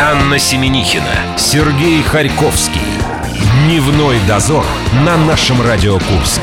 Анна Семенихина, Сергей Харьковский. Дневной дозор на нашем Радио Курск.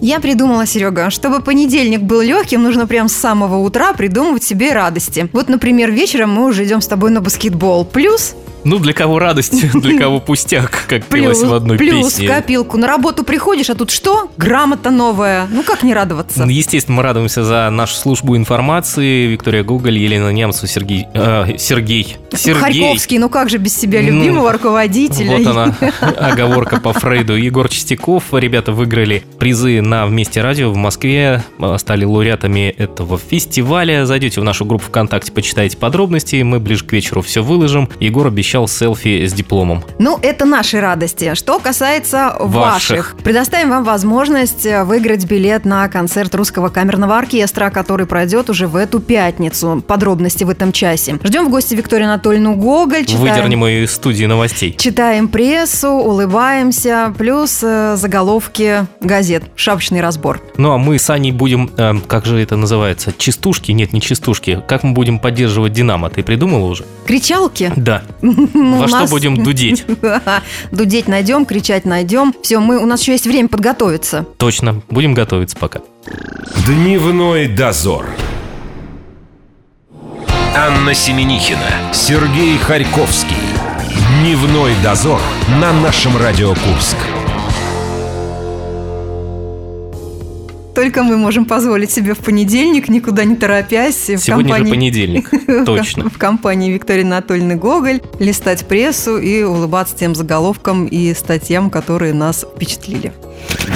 Я придумала, Серега, чтобы понедельник был легким, нужно прям с самого утра придумывать себе радости. Вот, например, вечером мы уже идем с тобой на баскетбол. Плюс Ну, для кого радость, для кого пустяк, как пелось в одной плюс в песне. копилку. На работу приходишь, а тут что? Грамота новая. Ну как не радоваться? Ну, Естественно, мы радуемся за нашу службу информации. Виктория Гоголь, Елена Немцева, Сергей... э, Сергей. Сергей. Харьковский, ну как же без себя Ну, любимого руководителя? Вот она, оговорка по Фрейду. Егор Чистяков. Ребята выиграли призы на «Вместе радио» в Москве. э, Стали лауреатами этого фестиваля. Зайдете в нашу группу ВКонтакте, почитайте подробности. Мы ближе к вечеру все выложим. Егор обещал селфи с дипломом. Ну, это наши радости. Что касается Ваших. ваших, предоставим вам возможность э, выиграть билет на концерт русского камерного оркестра, который пройдет уже в эту пятницу. Подробности в этом часе. Ждем в гости Викторию Анатольевну Гоголь. Читаем, Выдернем ее из студии новостей. читаем прессу, улыбаемся, плюс э, заголовки газет. Шапочный разбор. Ну а мы с Аней будем, эм, как же это называется, частушки? Нет, не частушки. Как мы будем поддерживать Динамо? Ты придумала уже? Кричалки. Да. Ну, Во у что нас- будем дудеть? Дудеть найдем, кричать найдем. Все, мы, у нас еще есть время подготовиться. Точно. Будем готовиться пока. Дневной дозор. Анна Семенихина, Сергей Харьковский. Дневной дозор на нашем Радио Курск. Только мы можем позволить себе в понедельник, никуда не торопясь, в Сегодня же компании... понедельник. Точно. В компании Виктории Анатольевны Гоголь листать прессу и улыбаться тем заголовкам и статьям, которые нас впечатлили.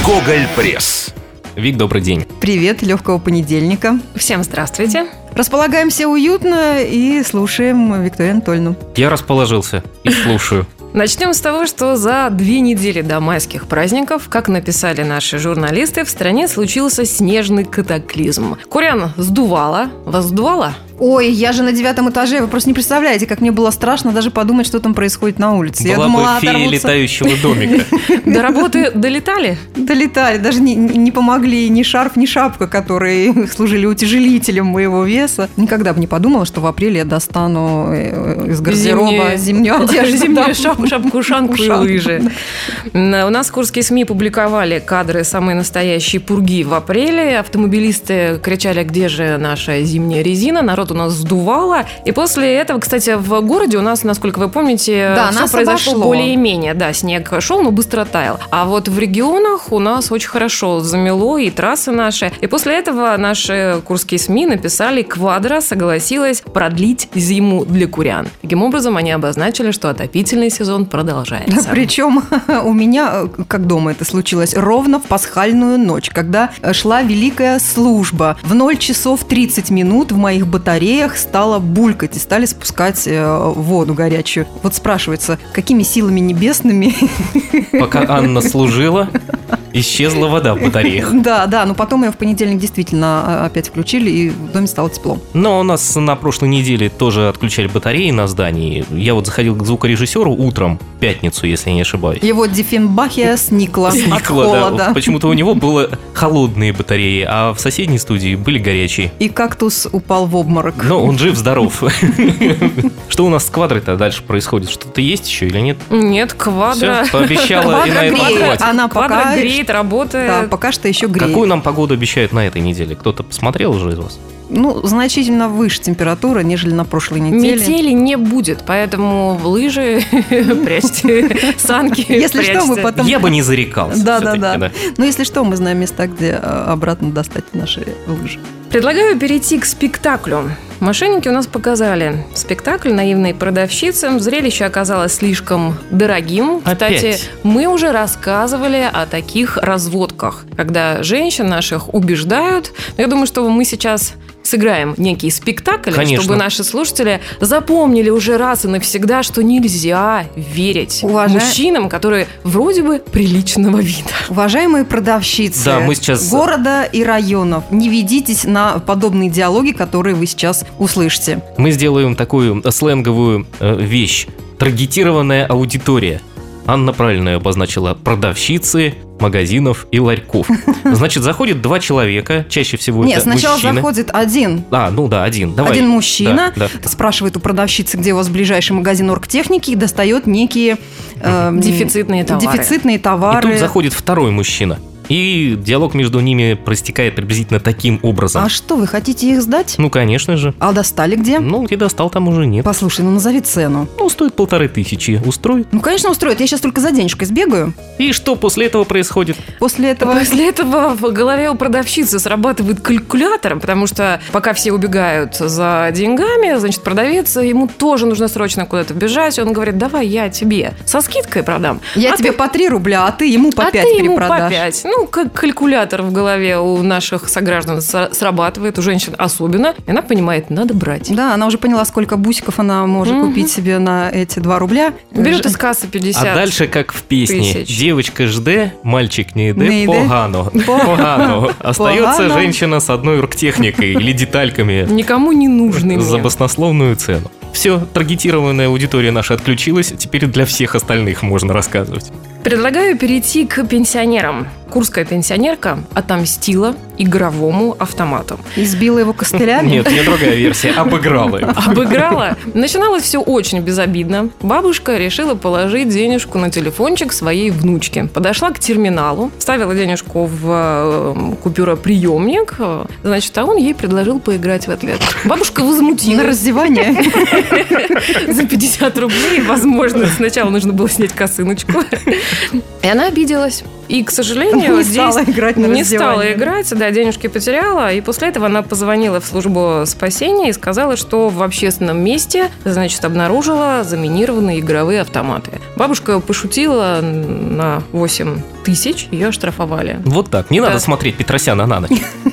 Гоголь Пресс. Вик, добрый день. Привет, легкого понедельника. Всем здравствуйте. Располагаемся уютно и слушаем Викторию Анатольевну. Я расположился и слушаю. Начнем с того, что за две недели до майских праздников, как написали наши журналисты, в стране случился снежный катаклизм. Курян сдувало, воздувало, Ой, я же на девятом этаже, вы просто не представляете, как мне было страшно даже подумать, что там происходит на улице. я Была думала, бы фея оторвутся. летающего домика. до работы долетали. Долетали, даже не, не помогли ни шарф, ни шапка, которые служили утяжелителем моего веса. Никогда бы не подумала, что в апреле я достану э, из гардероба Зимние- зимнюю одежду. А, да. Зимнюю шапку, шапку, ушанку и Ушанку, лыжи. М, У нас курские СМИ публиковали кадры самые настоящие пурги в апреле. Автомобилисты кричали, «А где же наша зимняя резина. Народ у нас сдувало. И после этого, кстати, в городе у нас, насколько вы помните, Да, все нас произошло обошло. более-менее. Да, снег шел, но быстро таял. А вот в регионах у нас очень хорошо замело и трассы наши. И после этого наши курские СМИ написали, Квадро согласилась продлить зиму для курян. Таким образом, они обозначили, что отопительный сезон Да, продолжается. Причем у меня, э, как дома это случилось, ровно в пасхальную ночь, когда э, шла великая служба. В 0 часов 30 минут в моих батареях стало булькать и стали спускать э, воду горячую. Вот спрашивается, какими силами небесными Пока Анна служила, исчезла вода в батареях. Да, да, но потом ее в понедельник действительно э, опять включили, и в доме стало тепло. Но у нас на прошлой неделе тоже отключали батареи на здании. Я вот заходил к звукорежиссеру утром, в пятницу, если я не ошибаюсь. Его диффенбахия сникла, от Сникла, да. холода. Почему-то у него было холодные батареи, а в соседней студии были горячие. И кактус упал в обморок. Но Ну, он жив-здоров. Что у нас с квадрой-то дальше происходит? Что-то есть еще или нет? Нет, квадро. Все, пообещала и на Квадро этом греет. хватит. Она Квадро пока... греет, работает. Да, пока что еще греет. Какую нам погоду обещают на этой неделе? Кто-то посмотрел уже из вас? Ну, значительно выше температура, нежели на прошлой неделе. Метели не будет, поэтому в лыжи прячьте, санки Если что, мы прячьте. потом... Я бы не зарекался. Да, да, всё-таки, да. Ну, если что, мы знаем места, где э, обратно достать наши лыжи. Предлагаю перейти к спектаклю. Мошенники у нас показали спектакль «Наивные продавщицы». Зрелище оказалось слишком дорогим. Опять? Кстати, мы уже рассказывали о таких разводках, когда женщин наших убеждают. Я думаю, что мы сейчас сыграем некий спектакль, Конечно. чтобы наши слушатели запомнили уже раз и навсегда, что нельзя верить Уважаю- мужчинам, которые вроде бы приличного вида. Уважаемые продавщицы Да, мы сейчас- города и районов, не ведитесь на подобные диалоги, которые вы сейчас услышите. Мы сделаем такую э, сленговую э, вещь. Таргетированная аудитория. Анна правильно ее обозначила продавщицы, магазинов и ларьков. Значит, заходит два человека, чаще всего Нет, это сначала мужчины. заходит один. А, ну да, один. Давай. Один мужчина Да, спрашивает у продавщицы, где у вас ближайший магазин оргтехники, и достает некие эм, Дефицитные товары. дефицитные да. И товары. тут заходит второй мужчина. И диалог между ними проистекает приблизительно таким образом. А что, вы хотите их сдать? Ну, конечно же. А достали где? Ну, ты достал, там уже нет. Послушай, ну назови цену. Ну, стоит полторы тысячи. Устроит. Ну, конечно, устроит. Я сейчас только за денежкой сбегаю. И что после этого происходит? После этого... После этого в голове у продавщицы срабатывает калькулятор, потому что пока все убегают за деньгами, значит, продавец, ему тоже нужно срочно куда-то бежать. Он говорит, давай я тебе со скидкой продам. Я А тебе ты- по 3 рубля, а ты ему по а 5 ты ему перепродашь. по пять. Ну, как калькулятор в голове у наших сограждан сра- срабатывает, у женщин особенно. И она понимает, надо брать. Да, она уже поняла, сколько бусиков она может Мгм. купить себе на эти 2 рубля. Берет Ж- из кассы 50. А дальше, как в песне, тысяч. девочка жде, мальчик Не не йде, йде. погано. Погано. Остается Погано. женщина с одной оргтехникой или детальками Никому не нужный за мем. баснословную цену. Все, таргетированная аудитория наша отключилась, теперь для всех остальных можно рассказывать. Предлагаю перейти к пенсионерам. Курская пенсионерка отомстила игровому автомату. Избила его костылями. Нет, у меня другая версия, обыграла его. Обыграла. Начиналось все очень безобидно. Бабушка решила положить денежку на телефончик своей внучки. Подошла к терминалу, вставила денежку в э, купюроприемник, э, значит, а он ей предложил поиграть в ответ. Бабушка На возмутилась. раздевание. За 50 рублей, возможно, сначала нужно было снять косыночку. И она обиделась. И, к сожалению, Не здесь стала играть на не стала раздевание. играть, да, денежки потеряла, и после этого она позвонила в службу спасения и сказала, что в общественном месте, значит, обнаружила заминированные игровые автоматы. Бабушка пошутила на 8 тысяч, ее оштрафовали. Вот так. Не надо Да. смотреть Петросяна на ночь.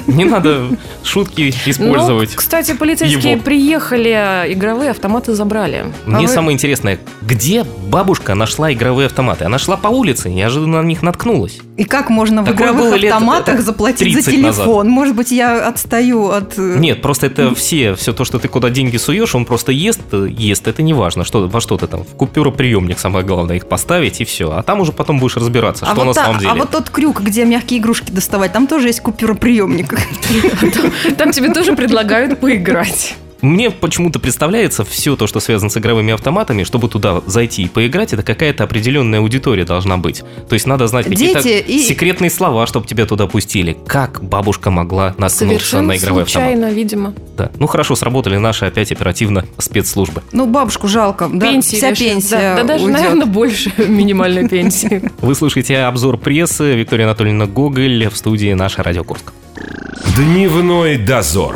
Не надо шутки Ну, использовать. кстати, полицейские его. приехали, а игровые автоматы забрали. Мне А вы- самое интересное, где бабушка нашла игровые автоматы? Она шла по улице и неожиданно на них наткнулась. И как можно в Такое было игровых лет автоматах заплатить за 30 назад. телефон? Может быть, я отстаю от... э, Нет, просто это все, все то, что ты куда деньги суешь, он просто ест, э, ест, это не важно, что, во что ты там, в купюроприемник самое главное их поставить и все, а там уже потом будешь разбираться, А что на вот, та- самом деле. а вот тот крюк, где мягкие игрушки доставать, там тоже есть купюроприемник. Там тебе тоже предлагают поиграть. Мне почему-то представляется все то, что связано с игровыми автоматами, чтобы туда зайти и поиграть, это какая-то определенная аудитория должна быть. То есть надо знать какие-то Дети и- секретные слова, чтобы тебя туда пустили. Как бабушка могла наткнуться Совершенно на игровой автомат? случайно, видимо. Да. Ну хорошо, сработали наши опять оперативно спецслужбы. Ну, бабушку жалко, да? Пенсии Вся лишили. пенсия Да, да даже, уйдет. наверное, больше минимальной пенсии. Вы слушаете обзор прессы Виктория Анатольевна Гоголь в студии «Наша Радио Курск». Дневной дозор.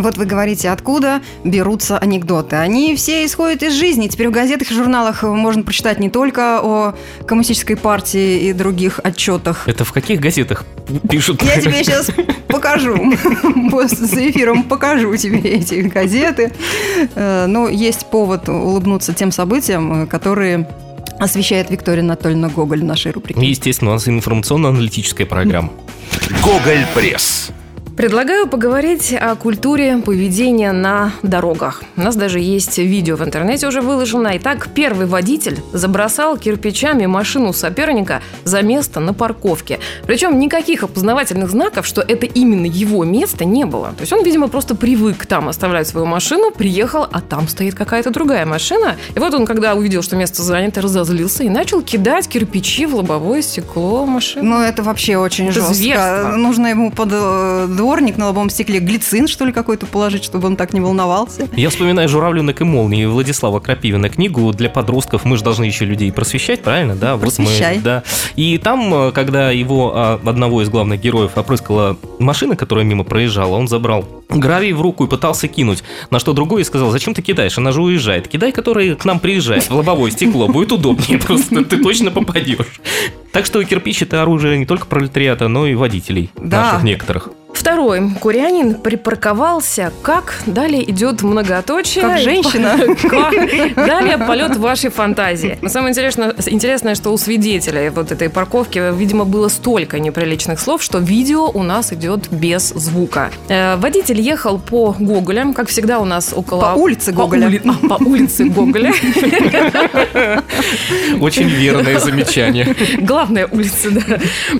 Вот вы говорите, откуда берутся анекдоты. Они все исходят из жизни. Теперь в газетах и журналах э, можно прочитать не только о коммунистической партии и других отчетах. Это в каких газетах пишут? Я тебе сейчас покажу. После за эфиром покажу тебе эти газеты. Э, Но есть повод улыбнуться тем событиям, э, которые освещает Виктория Анатольевна Гоголь в нашей рубрике. Естественно, у нас информационно-аналитическая программа. Гоголь Пресс. Предлагаю поговорить о культуре поведения на дорогах. У нас даже есть видео в интернете уже выложено. Итак, первый водитель забросал кирпичами машину соперника за место на парковке. Причем никаких опознавательных знаков, что это именно его место, не было. То есть он, видимо, просто привык там оставлять свою машину, приехал, а там стоит какая-то другая машина. И вот он, когда увидел, что место занято, разозлился и начал кидать кирпичи в лобовое стекло машины. Ну, это вообще очень Это жестко. зверство. Нужно ему под э, дворник на лобовом стекле глицин, что ли, какой-то положить, чтобы он так не волновался. Я вспоминаю «Журавленок и молнии» Владислава Крапивина книгу для подростков. Мы же должны еще людей просвещать, правильно? Да, вот мы- Просвещай. да. И там, э, когда его а, одного из главных героев опрыскала машина, которая мимо проезжала, он забрал гравий в руку и пытался кинуть. На что другой сказал, зачем ты кидаешь? Она же уезжает. Кидай, который к нам приезжает, в лобовое стекло. Будет удобнее просто, ты точно попадешь. Так что кирпич это оружие не только пролетариата, но и водителей Да. наших некоторых. Второй. Курянин припарковался. Как? Далее идет многоточие. Как И женщина. Как? Далее полет вашей фантазии. Но самое интересное, интересное, что у свидетелей вот этой парковки, видимо, было столько неприличных слов, что видео у нас идет без звука. Э, Водитель ехал по Гоголям, как всегда у нас около... По улице по Гоголя. ули- а, По улице Гоголя. Очень верное замечание. Главная улица, да.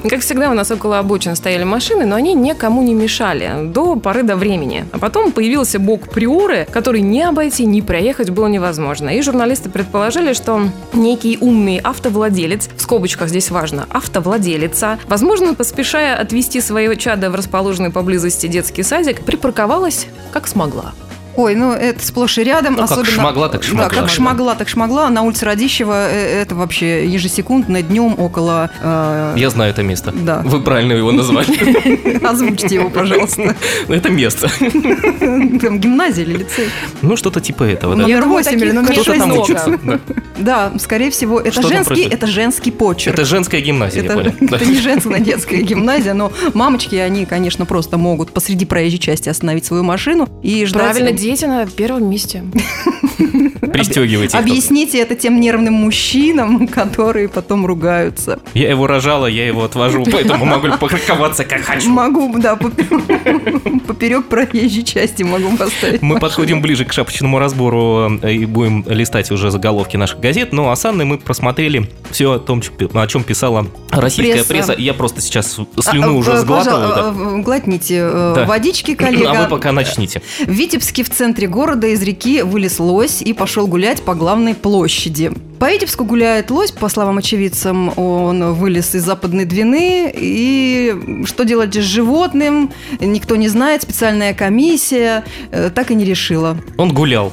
Как всегда, у нас около обочин стояли машины, но они никому не мешали до поры до времени. А потом появился бок Приоры, который не обойти, не проехать было невозможно. И журналисты предположили, что некий умный автовладелец, в скобочках здесь важно, автовладелица, возможно, поспешая отвезти своего чада в расположенный поблизости детский садик, припарковалась как смогла. Ой, ну это сплошь и рядом. Ну, как особенно... шмогла, так шмогла. Да, как шмогла, так шмогла. На улице Радищева э, это вообще ежесекундно днем около... э, Я знаю это место. Да. Вы правильно его назвали. Озвучьте его, пожалуйста. Ну, Это место. Там Ну, гимназия или лицей. ну, что-то типа этого, да. Ну, Я Номер думаю, восемь таких или номер кто-то шесть. там много. учится. Да. Да, скорее всего, это Что там женский, происходит? это женский почерк. Это женская гимназия, я Это, понял. Да. это не женская детская гимназия, но мамочки, они, конечно, просто могут посреди проезжей части остановить свою машину и ждать... Правильно, дети на первом месте. Пристегивайте. их. Объясните это тем нервным мужчинам, которые потом ругаются. Я его рожала, я его отвожу, поэтому могу парковаться как хочу. Могу, да, попе- поперек проезжей части могу поставить. Мы подходим ближе к шапочному разбору э, и будем листать уже заголовки наших газет. Но с Анной мы просмотрели все о том, чё пи- о чем писала российская Пресса. пресса. Я просто сейчас А, слюну уже э, сглатываю. пожалуйста, да. э, э, Глотните э, Да. водички, А вы коллега. пока начните. В Витебске в центре города из реки вылез лось и пошел гулять по главной площади. По Витебску гуляет лось, по словам очевидцам, он вылез из западной Двины. И что делать с животным, никто не знает. Специальная комиссия э, так и не решила. Он гулял,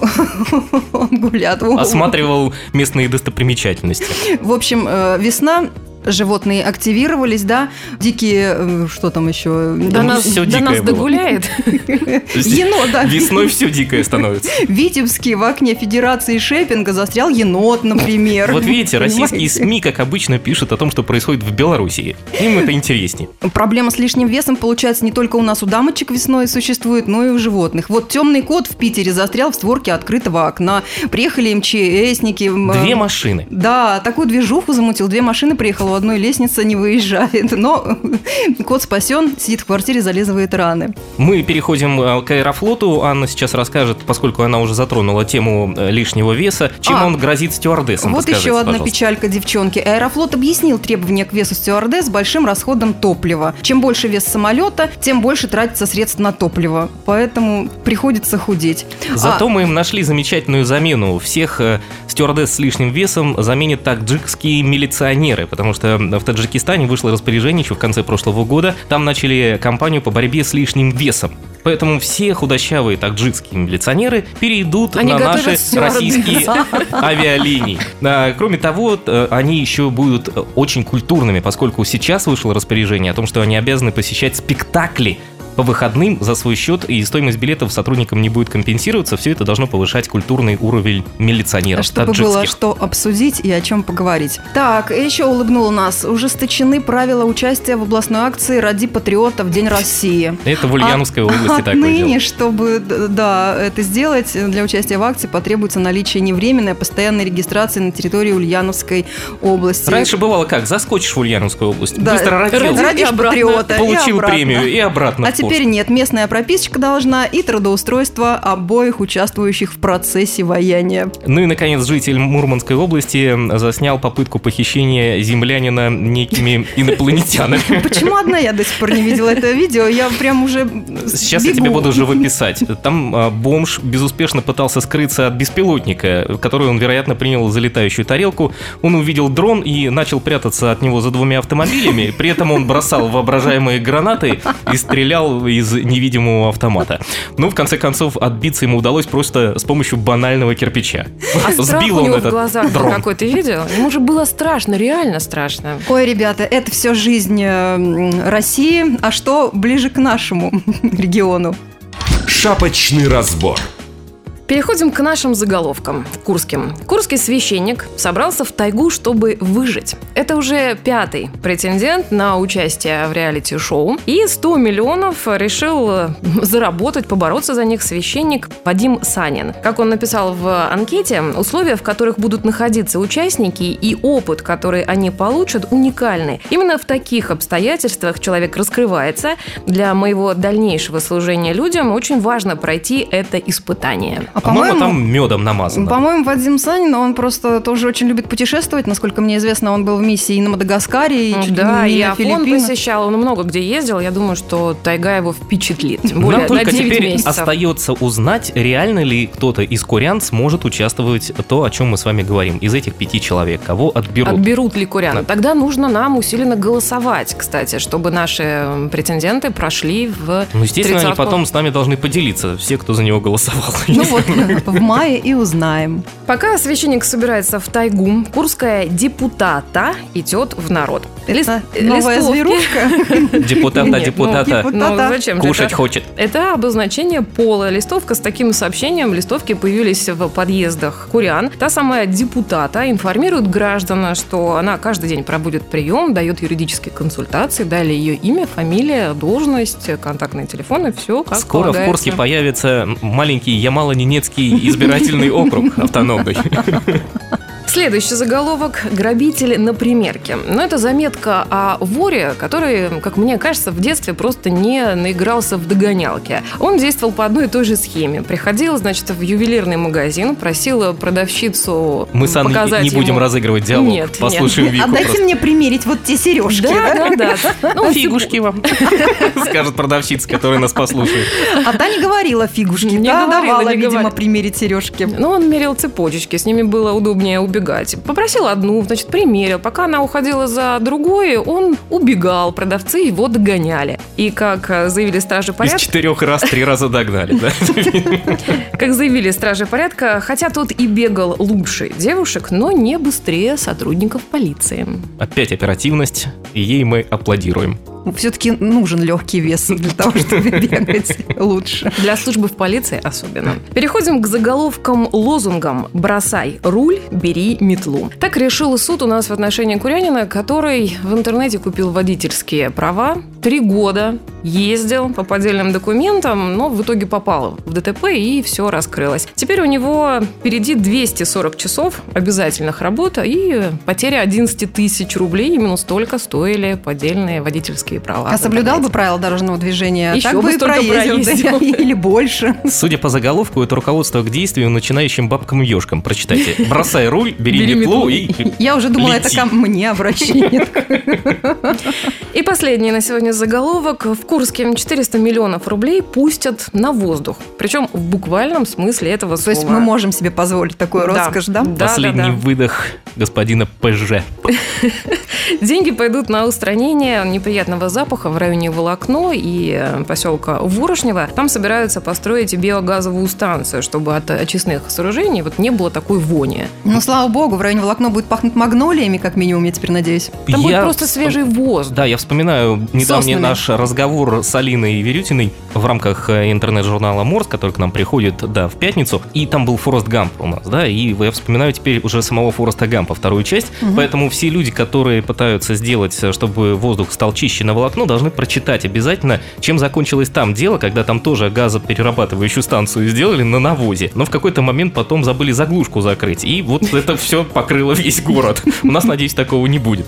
Он гуляет. А осматривал местные достопримечательности. В общем, э, весна, животные активировались, да, дикие, э, что там еще? До нас, Ну, всё до дикое нас было. догуляет. Енот, да. Весной все дикое становится. В Витебске в окне Федерации шепинга застрял енот, например. Вот видите, российские Понимаете? СМИ, как обычно, пишут о том, что происходит в Белоруссии. Им это интереснее. Проблема с лишним весом, получается, не только у нас у дамочек весной существует, но и у животных. Вот темный кот в Питере застрял в створке открытого окна. Приехали МЧСники. м, э, Две машины. Да, такую движуху замутил. Две машины приехала, у одной лестница не выезжает. Но кот спасен, сидит в квартире, зализывает раны. Мы переходим э, к аэрофлоту. Анна сейчас расскажет, поскольку она уже затронула тему э, лишнего веса, чем А, он грозит стюардессам. Вот расскажите, еще одна пожалуйста. печалька, девчонки. Аэрофлот объяснил требования к весу стюардесс большим расходом топлива. Чем больше вес самолета, тем больше тратится средств на топливо. Поэтому приходится худеть. А, Зато мы им нашли замечательную замену. Всех э, стюардесс с лишним весом заменят таджикские милиционеры, потому что в Таджикистане вышло распоряжение еще в конце прошлого года. Там начали кампанию по борьбе с лишним весом. Поэтому все худощавые таджикские милиционеры перейдут Они на готовят наши стюардесс. российские авиалиний. А, Кроме того, т- они еще будут э, очень культурными, поскольку сейчас вышло распоряжение о том, что они обязаны посещать спектакли по выходным за свой счет, и стоимость билетов сотрудникам не будет компенсироваться. Все это должно повышать культурный уровень А, милиционеров чтобы таджикских. было что обсудить и о чем поговорить. Так, и еще улыбнула нас. Ужесточены правила участия в областной акции «Ради патриотов. День России». Это в Ульяновской области такое дело. Отныне, А, чтобы д- да, это сделать, для участия в акции потребуется наличие невременной, а постоянной регистрации на территории Ульяновской области. Раньше бывало как, заскочишь в Ульяновскую область, Да, быстро родил, родил, родишь и обратно. патриота, и получил обратно. премию и обратно А в пост. теперь нет, местная прописочка должна и трудоустройство обоих участвующих в процессе вояния. Ну и, наконец, житель Мурманской области заснял попытку похищения землянина некими инопланетянами. Почему одна я до сих пор не видела это видео? Я прям уже Сейчас я бегу. тебе буду живописать. Там а, бомж безуспешно пытался скрыться от беспилотника, который он, вероятно, принял за летающую тарелку. Он увидел дрон и начал прятаться от него за двумя автомобилями. При этом он бросал воображаемые гранаты и стрелял из невидимого автомата. Ну, в конце концов, отбиться ему удалось просто с помощью банального кирпича. А страх Сбил у он него в этот глазах был дрон. какой-то видел. Ему же было страшно, реально страшно. Ой, ребята, это все жизнь э, м, России. А что ближе к нашему региону? Шапочный разбор. Переходим к нашим заголовкам курским. Курский священник собрался в тайгу, чтобы выжить. Это уже пятый претендент на участие в реалити-шоу. И 100 миллионов решил э, заработать, побороться за них священник Вадим Санин. Как он написал в анкете, условия, в которых будут находиться участники и опыт, который они получат, уникальны. Именно в таких обстоятельствах человек раскрывается. Для моего дальнейшего служения людям очень важно пройти это испытание. А По-моему, там медом намазано. Ну, По-моему, Вадим Санин, он просто тоже очень любит путешествовать. Насколько мне известно, он был в миссии и на Мадагаскаре, и Ну чуть ли да, не и на Афон Филиппинах. посещал, он много где ездил, я думаю, что тайга его впечатлит. Тем более Нам только на 9 теперь месяцев. остается узнать, реально ли кто-то из курян сможет участвовать то, о чем мы с вами говорим, из этих пяти человек, кого отберут. Отберут ли курян? Да. Тогда нужно нам усиленно голосовать, кстати, чтобы наши м, претенденты прошли в Ну, естественно, они тридцатку. потом с нами должны поделиться, все, кто за него голосовал. Ну вот, в мае и узнаем. Пока священник собирается в тайгу, курская депутата идет в народ. Лист- Это Новая листовки. зверушка. Депутата, Нет, ну, депутата, Ну, Та-та. зачем же кушать это? хочет. Это обозначение пола. Листовка с таким сообщением. Листовки появились в подъездах Курян. Та самая депутата информирует граждан, что она каждый день проводит прием, дает юридические консультации, далее ее имя, фамилия, должность, контактные телефоны, все как Скоро в полагается. Курске появится маленький Ямало-Ненецкий избирательный округ автономный. Следующий заголовок «Грабитель на примерке». Но это заметка о воре, который, как мне кажется, в детстве просто не наигрался в догонялки. Он действовал по одной и той же схеме. Приходил, значит, в ювелирный магазин, просил продавщицу Мы с Анной показать не будем ему- разыгрывать диалог, Нет, нет. послушаем Вику Отдайте мне примерить вот те сережки. Да, да, да. Ну, вам. Скажет продавщица, которая нас послушает. А та не говорила фигушки. Не Та говорила, давала, не видимо, говорила. примерить сережки. Но он мерил цепочечки, с ними было удобнее убегать. Попросил одну, значит, примерил. Пока она уходила за другой, он убегал, продавцы его догоняли. И, как э, заявили стражи Из порядка... четырех раз три раза догнали, да? Как заявили стражи порядка, хотя тот и бегал лучше девушек, но не быстрее сотрудников полиции. Опять оперативность, и ей мы аплодируем. Все-таки нужен легкий вес для того, чтобы бегать лучше. Для службы в полиции особенно. Переходим к заголовкам лозунгам «Бросай руль, бери метлу». Так решил суд у нас в отношении Курянина, который в интернете купил водительские права, три года ездил по поддельным документам, но в итоге попал в ДТП и все раскрылось. Теперь у него впереди 240 часов обязательных работ и потеря 11 тысяч рублей. Именно столько стоили поддельные водительские права. А в соблюдал интернете. бы правила дорожного движения, Еще так бы бы и столько проездил. да, проездил. Или больше. Судя по заголовку, это руководство к действию начинающим бабкам-ешкам. Прочитайте. Бросай руль, бери Бери метлу метлу. и... Я уже думала, это Лети. ко мне обращение. И последний на сегодня заголовок. В Курске 400 миллионов рублей пустят на воздух. Причем в буквальном смысле этого То слова. есть мы можем себе позволить такую Да. роскошь, да? Да, Последний да, да. выдох господина ПЖ. Деньги пойдут на устранение неприятного запаха в районе Волокно и э, поселка Ворошнева. Там собираются построить биогазовую станцию, чтобы от очистных сооружений вот не было такой вони. Ну, слава богу, в районе Волокно будет пахнуть магнолиями, как минимум, я теперь надеюсь. Там будет Я просто вспом- свежий воздух. Да, я вспоминаю недавний Соснами. наш разговор с Алиной Верютиной в рамках э, интернет-журнала «Морс», который к нам приходит, да, в пятницу, и там был Форест Гамп у нас, да, и я вспоминаю теперь уже самого Фореста Гампа, вторую часть, Мгм. поэтому все люди, которые пытаются сделать, э, чтобы воздух стал чище на волокно, должны прочитать обязательно, чем закончилось там дело, когда там тоже газоперерабатывающую станцию сделали на навозе, но в какой-то момент потом забыли заглушку закрыть, и вот это все покрыло весь город. У нас, надеюсь, такого не будет.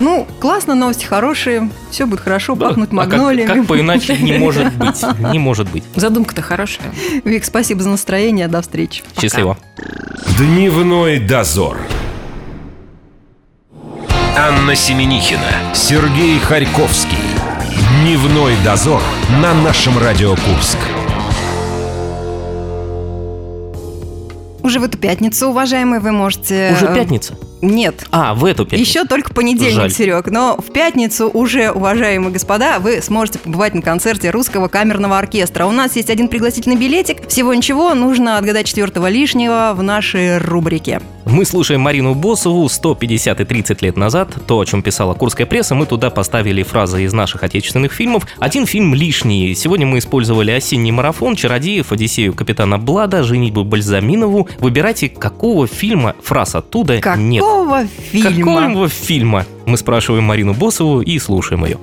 Ну, классно, новости хорошие, все будет хорошо, Да. пахнуть А как- магнолиями. Как, поиначе не может быть. Не может быть. Задумка-то хорошая. Вик, спасибо за настроение, до встречи. Счастливо. Дневной дозор. Анна Семенихина, Сергей Харьковский. Дневной дозор на нашем Радио Курск. Уже в эту пятницу, уважаемые, вы можете... э, Уже пятница. Нет. А, в эту пятницу. Еще только понедельник, Жаль. Серег. Но в пятницу уже, уважаемые господа, вы сможете побывать на концерте русского камерного оркестра. У нас есть один пригласительный билетик. Всего ничего, нужно отгадать четвертого лишнего в нашей рубрике. Мы слушаем Марину Босову 150 и 30 лет назад. То, о чем писала курская пресса, мы туда поставили фразы из наших отечественных фильмов. Один фильм лишний. Сегодня мы использовали «Осенний марафон», «Чародеев», «Одиссею капитана Блада», «Женитьбу Бальзаминову». Выбирайте, какого фильма фраз оттуда нет. Какого фильма? Какого фильма? Мы спрашиваем Марину Босову и слушаем ее.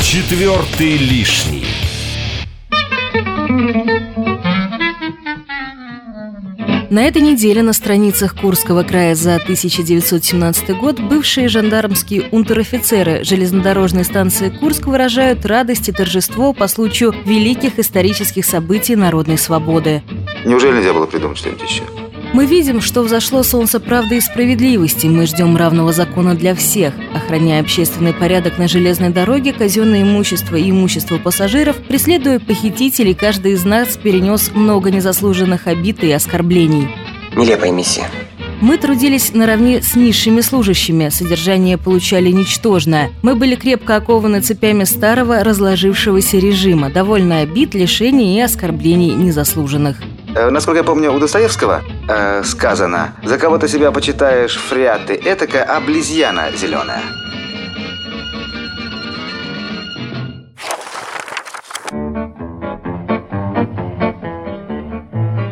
Четвертый лишний. На этой неделе на страницах Курского края за 1917 год бывшие жандармские унтер-офицеры железнодорожной станции Курск выражают радость и торжество по случаю великих исторических событий народной свободы. Неужели нельзя было придумать что-нибудь еще? Мы видим, что взошло солнце правды и справедливости. Мы ждем равного закона для всех. Охраняя общественный порядок на железной дороге, казенное имущество и имущество пассажиров, преследуя похитителей, каждый из нас перенес много незаслуженных обид и оскорблений. Нелепая миссия. Мы трудились наравне с низшими служащими, содержание получали ничтожное. Мы были крепко окованы цепями старого разложившегося режима, довольно обид, лишений и оскорблений незаслуженных. Э, Насколько я помню, у Достоевского э, сказано «За кого ты себя почитаешь, фриат ты этакая а облизьяна зеленая».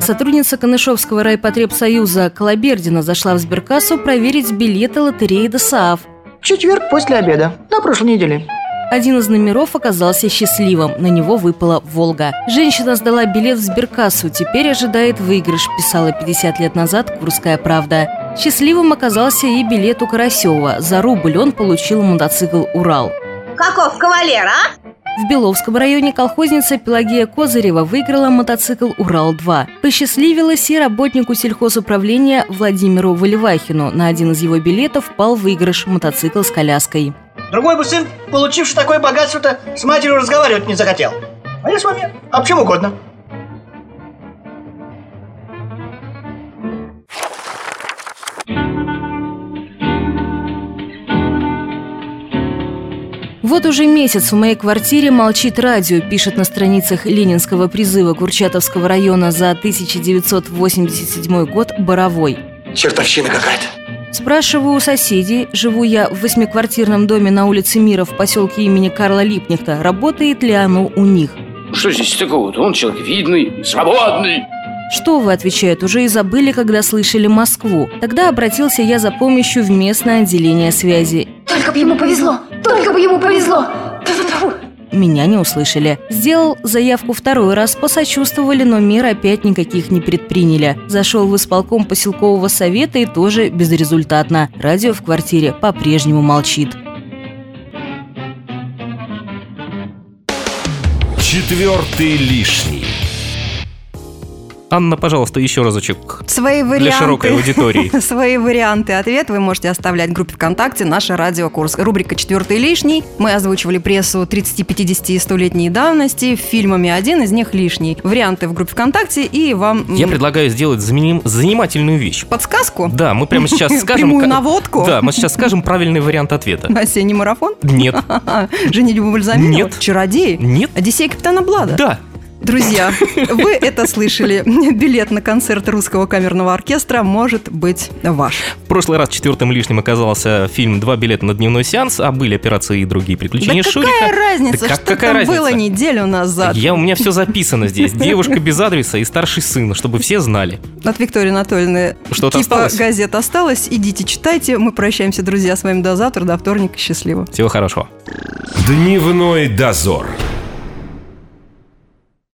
Сотрудница Канышевского райпотребсоюза Колобердина зашла в сберкассу проверить билеты лотереи ДОСААФ. В четверг после обеда, на прошлой неделе. Один из номеров оказался счастливым, на него выпала «Волга». Женщина сдала билет в сберкассу, теперь ожидает выигрыш, писала 50 лет назад «Курская правда». Счастливым оказался и билет у Карасева. За рубль он получил мотоцикл «Урал». Каков кавалер, а? В Беловском районе колхозница Пелагея Козырева выиграла мотоцикл «Урал-2». Посчастливилась и работнику сельхозуправления Владимиру Валивахину. На один из его билетов пал выигрыш мотоцикл с коляской. Другой бы сын, получивший такое богатство-то, с матерью разговаривать не захотел. А я с вами об чем угодно. Вот уже месяц в моей квартире молчит радио, пишет на страницах Ленинского призыва Курчатовского района за 1987 год Боровой. Чертовщина какая-то. Спрашиваю у соседей, живу я в восьмиквартирном доме на улице Мира в поселке имени Карла Липнихта, работает ли оно у них? Ну, Что здесь такого-то? Он человек видный, свободный. Что вы, отвечают, уже и забыли, когда слышали Москву. Тогда обратился я за помощью в местное отделение связи. Только бы ему повезло! Только бы ему повезло! Тьфу-тьфу-тьфу. Меня не услышали. Сделал заявку второй раз, посочувствовали, но мер опять никаких не предприняли. Зашел в исполком поселкового совета и тоже безрезультатно. Радио в квартире по-прежнему молчит. Четвертый лишний. Анна, пожалуйста, еще разочек. Свои варианты. широкой аудитории. Свои варианты ответ вы можете оставлять в группе ВКонтакте «Наша Радио Курск». Рубрика «Четвертый лишний». Мы озвучивали прессу 30, 50 и 100-летней давности. Фильмами один из них лишний. Варианты в группе ВКонтакте и вам м, Я предлагаю сделать заменим- занимательную вещь. подсказку. Да, мы прямо сейчас скажем... Прямую ка- наводку. Да, мы сейчас скажем правильный вариант ответа. На осенний марафон? Нет. Женитьбу Бальзаминова? Нет. Чародеи? Нет. Одиссей Капитана Блада? Да. Друзья, вы это слышали. Билет на концерт русского камерного оркестра может быть ваш. В прошлый раз четвертым лишним оказался фильм «Два билета на дневной сеанс», а были операции и другие приключения да Шурика. какая разница, Да как- что какая там разница? было неделю назад? Я, у меня все записано здесь. Девушка без адреса и старший сын, чтобы все знали. От Виктории Анатольевны Что-то типа осталось? газет осталось. Идите, читайте. Мы прощаемся, друзья, с вами до завтра, до вторника. Счастливо. Всего хорошего. Дневной дозор.